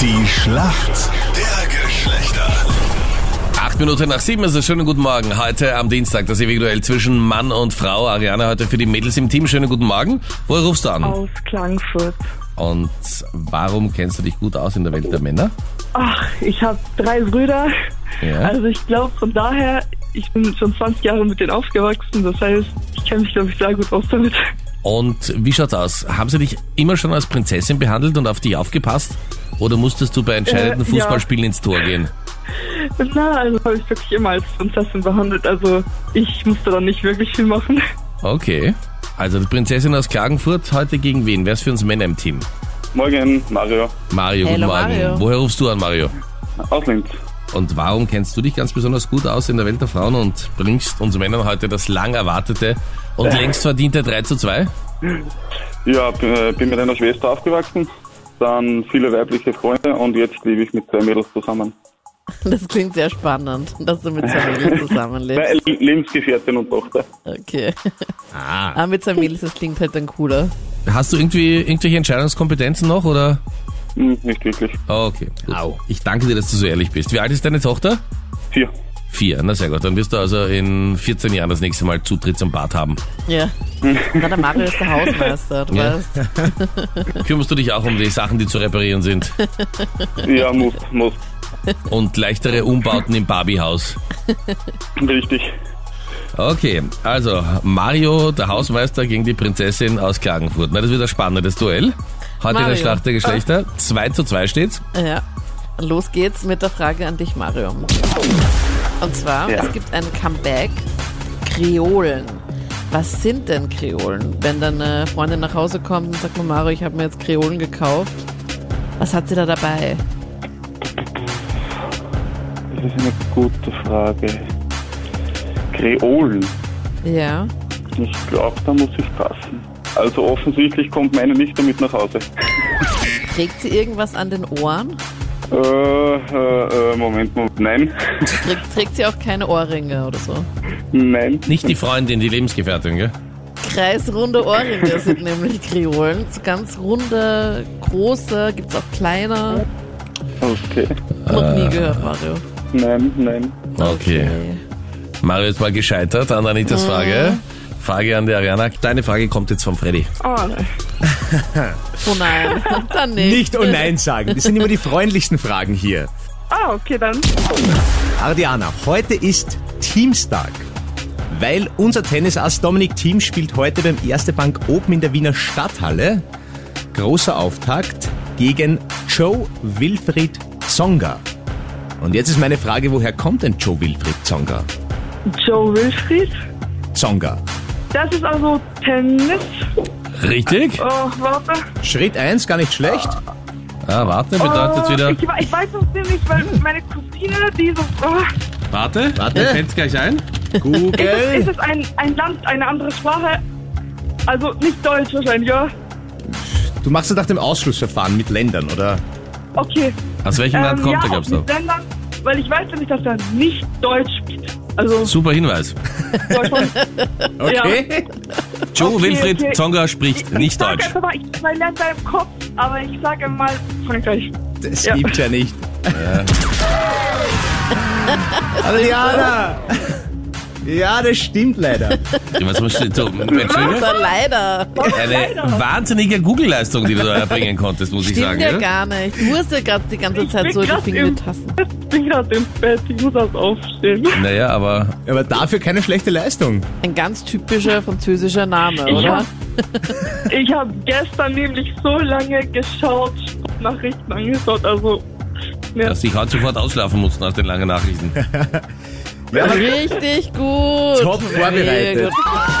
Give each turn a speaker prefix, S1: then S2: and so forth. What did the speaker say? S1: Die Schlacht der Geschlechter.
S2: Acht Minuten nach sieben ist es. Schönen guten Morgen. Heute am Dienstag das ewige Duell zwischen Mann und Frau. Ariane heute für die Mädels im Team. Schönen guten Morgen. Woher rufst du an?
S3: aus Klangfurt.
S2: Und warum kennst du dich gut aus in der Welt der Männer?
S3: Ach, ich habe drei Brüder.
S2: Ja.
S3: Also ich glaube, von daher, ich bin schon 20 Jahre mit denen aufgewachsen. Das heißt, ich kenne mich, glaube ich, sehr gut aus damit.
S2: Und wie schaut's aus? Haben sie dich immer schon als Prinzessin behandelt und auf dich aufgepasst? Oder musstest du bei entscheidenden
S3: Äh, ja.
S2: Fußballspielen ins Tor gehen?
S3: Na, also habe ich wirklich immer als Prinzessin behandelt. Also ich musste da nicht wirklich viel machen.
S2: Okay. Also die Prinzessin aus Klagenfurt heute gegen wen? Wer ist für uns Männer im Team?
S4: Morgen, Mario,
S2: Mario, guten
S5: Hello,
S2: Morgen.
S5: Mario.
S2: Woher rufst du an, Mario?
S4: aus Linz.
S2: Und warum kennst du dich ganz besonders gut aus in der Welt der Frauen und bringst uns Männern heute das lang erwartete und längst verdiente 3 zu 2?
S4: Ja, b- äh, bin mit einer Schwester aufgewachsen, dann viele weibliche Freunde und jetzt lebe ich mit zwei Mädels zusammen.
S5: Das klingt sehr spannend, dass du mit zwei Mädels
S4: Äh,
S5: zusammenlebst.
S4: L- Lebensgefährtin und Tochter.
S5: Okay. Ah, mit zwei Mädels, das klingt halt dann cooler.
S2: Hast du irgendwie irgendwelche Entscheidungskompetenzen noch oder? Ah,
S4: Hm, nicht wirklich.
S2: Okay. Gut. Ich danke dir, dass du so ehrlich bist. Wie alt ist deine Tochter?
S4: Vier.
S2: Vier. Na sehr gut. Dann wirst du also in 14 Jahren das nächste Mal Zutritt zum Bad haben.
S5: Ja. Na, der Mario ist der Hausmeister, du
S2: Ja.
S5: weißt.
S2: Kümmerst du dich auch um die Sachen, die zu reparieren sind?
S4: Ja, muss, muss.
S2: Und leichtere Umbauten im Barbiehaus.
S4: Richtig.
S2: Okay, also Mario, der Hausmeister gegen die Prinzessin aus Klagenfurt. Na, das wird ein spannendes Duell. Heute in der
S5: Mario.
S2: Schlacht der Geschlechter. 2 zu 2 steht's.
S5: Ja. Los geht's mit der Frage an dich, Mario. Und zwar,
S4: Ja.
S5: es gibt ein Comeback. Kreolen. Was sind denn Kreolen? Wenn deine Freundin nach Hause kommt und sagt, Mario, ich habe mir jetzt Kreolen gekauft. Was hat sie da dabei?
S4: Das ist eine gute Frage. Kreolen.
S5: Ja.
S4: Ich glaube, da muss ich passen. Also offensichtlich kommt meine nicht damit nach Hause.
S5: Trägt sie irgendwas an den Ohren?
S4: Äh, äh, äh, Moment, Moment. Nein.
S5: Trägt, trägt sie auch keine Ohrringe oder so?
S4: Nein.
S2: Nicht die Freundin, die Lebensgefährtin, gell?
S5: Kreisrunde Ohrringe sind nämlich Kreolen. So ganz runde, große, gibt's auch kleine.
S4: Okay.
S5: Noch nie gehört, Mario.
S4: Nein, nein.
S2: Äh, Okay. Mario ist mal gescheitert an Anitas Frage. Frage an die Ariana. Deine Frage kommt jetzt von Freddy.
S3: Ah, nein.
S5: Oh nein, dann nicht.
S6: Nicht und Nein sagen. Das sind immer die freundlichsten Fragen hier.
S3: ah okay, dann.
S6: Ariana, heute ist Teamstag. Weil unser Tennisass Dominik Thiem spielt heute beim Erste Bank Open in der Wiener Stadthalle. Großer Auftakt gegen Joe Wilfried Zonga. Und jetzt ist meine Frage, woher kommt denn Joe Wilfried Zonga?
S3: Joe Wilfried.
S6: Zonga.
S3: Das ist also Tennis.
S2: Richtig?
S3: Oh, warte.
S6: Schritt 1, gar nicht schlecht.
S2: Ah, warte, bedeutet
S3: Oh,
S2: wieder.
S3: ich, we- ich weiß es nicht, weil meine Cousine, die so... Oh,
S2: Warte,
S6: Warte.
S2: mir fällt's gleich ein.
S3: ist
S6: Google.
S3: es ein, ein Land, eine andere Sprache? Also nicht Deutsch wahrscheinlich, ja?
S6: Du machst das nach dem Ausschlussverfahren mit Ländern, oder?
S3: Okay.
S2: Aus welchem Land
S3: Ähm,
S2: kommt
S3: ja,
S2: er, glaubst du?
S3: aus Ländern, weil ich weiß nämlich, dass er nicht Deutsch spricht. Also
S2: Super Hinweis.
S3: Deutschland.
S6: Okay.
S2: Joe
S3: Okay,
S2: Wilfried
S3: okay.
S2: Zonga spricht
S3: ich
S2: nicht
S3: sag
S2: Deutsch.
S3: Einfach mal, ich ich lerne da im Kopf, aber ich sage mal Frankreich.
S6: Das
S3: Ja.
S6: gibt's ja nicht. Adriana! Ja, das stimmt leider.
S2: Was musst du, du, Entschuldigung?
S5: Dann Also leider.
S2: Eine wahnsinnige Google-Leistung, die du da erbringen konntest, muss ich sagen.
S5: Stimmt ja
S2: gell?
S5: gar nicht. Du musst ja gerade die ganze
S3: Ich
S5: Zeit
S3: bin
S5: so die
S3: grad
S5: Finger
S3: im-
S5: tasten.
S3: Ich bin gerade im Bett, ich muss erst aufstehen.
S2: Naja, aber
S6: Aber dafür keine schlechte Leistung.
S5: Ein ganz typischer französischer Name, oder?
S3: Ich habe gestern nämlich so lange geschaut, Nachrichten angeschaut, also... Ja.
S2: dass ich heute sofort ausschlafen muss nach den langen Nachrichten.
S5: Richtig gut.
S6: Top vorbereitet.
S5: Sehr gut.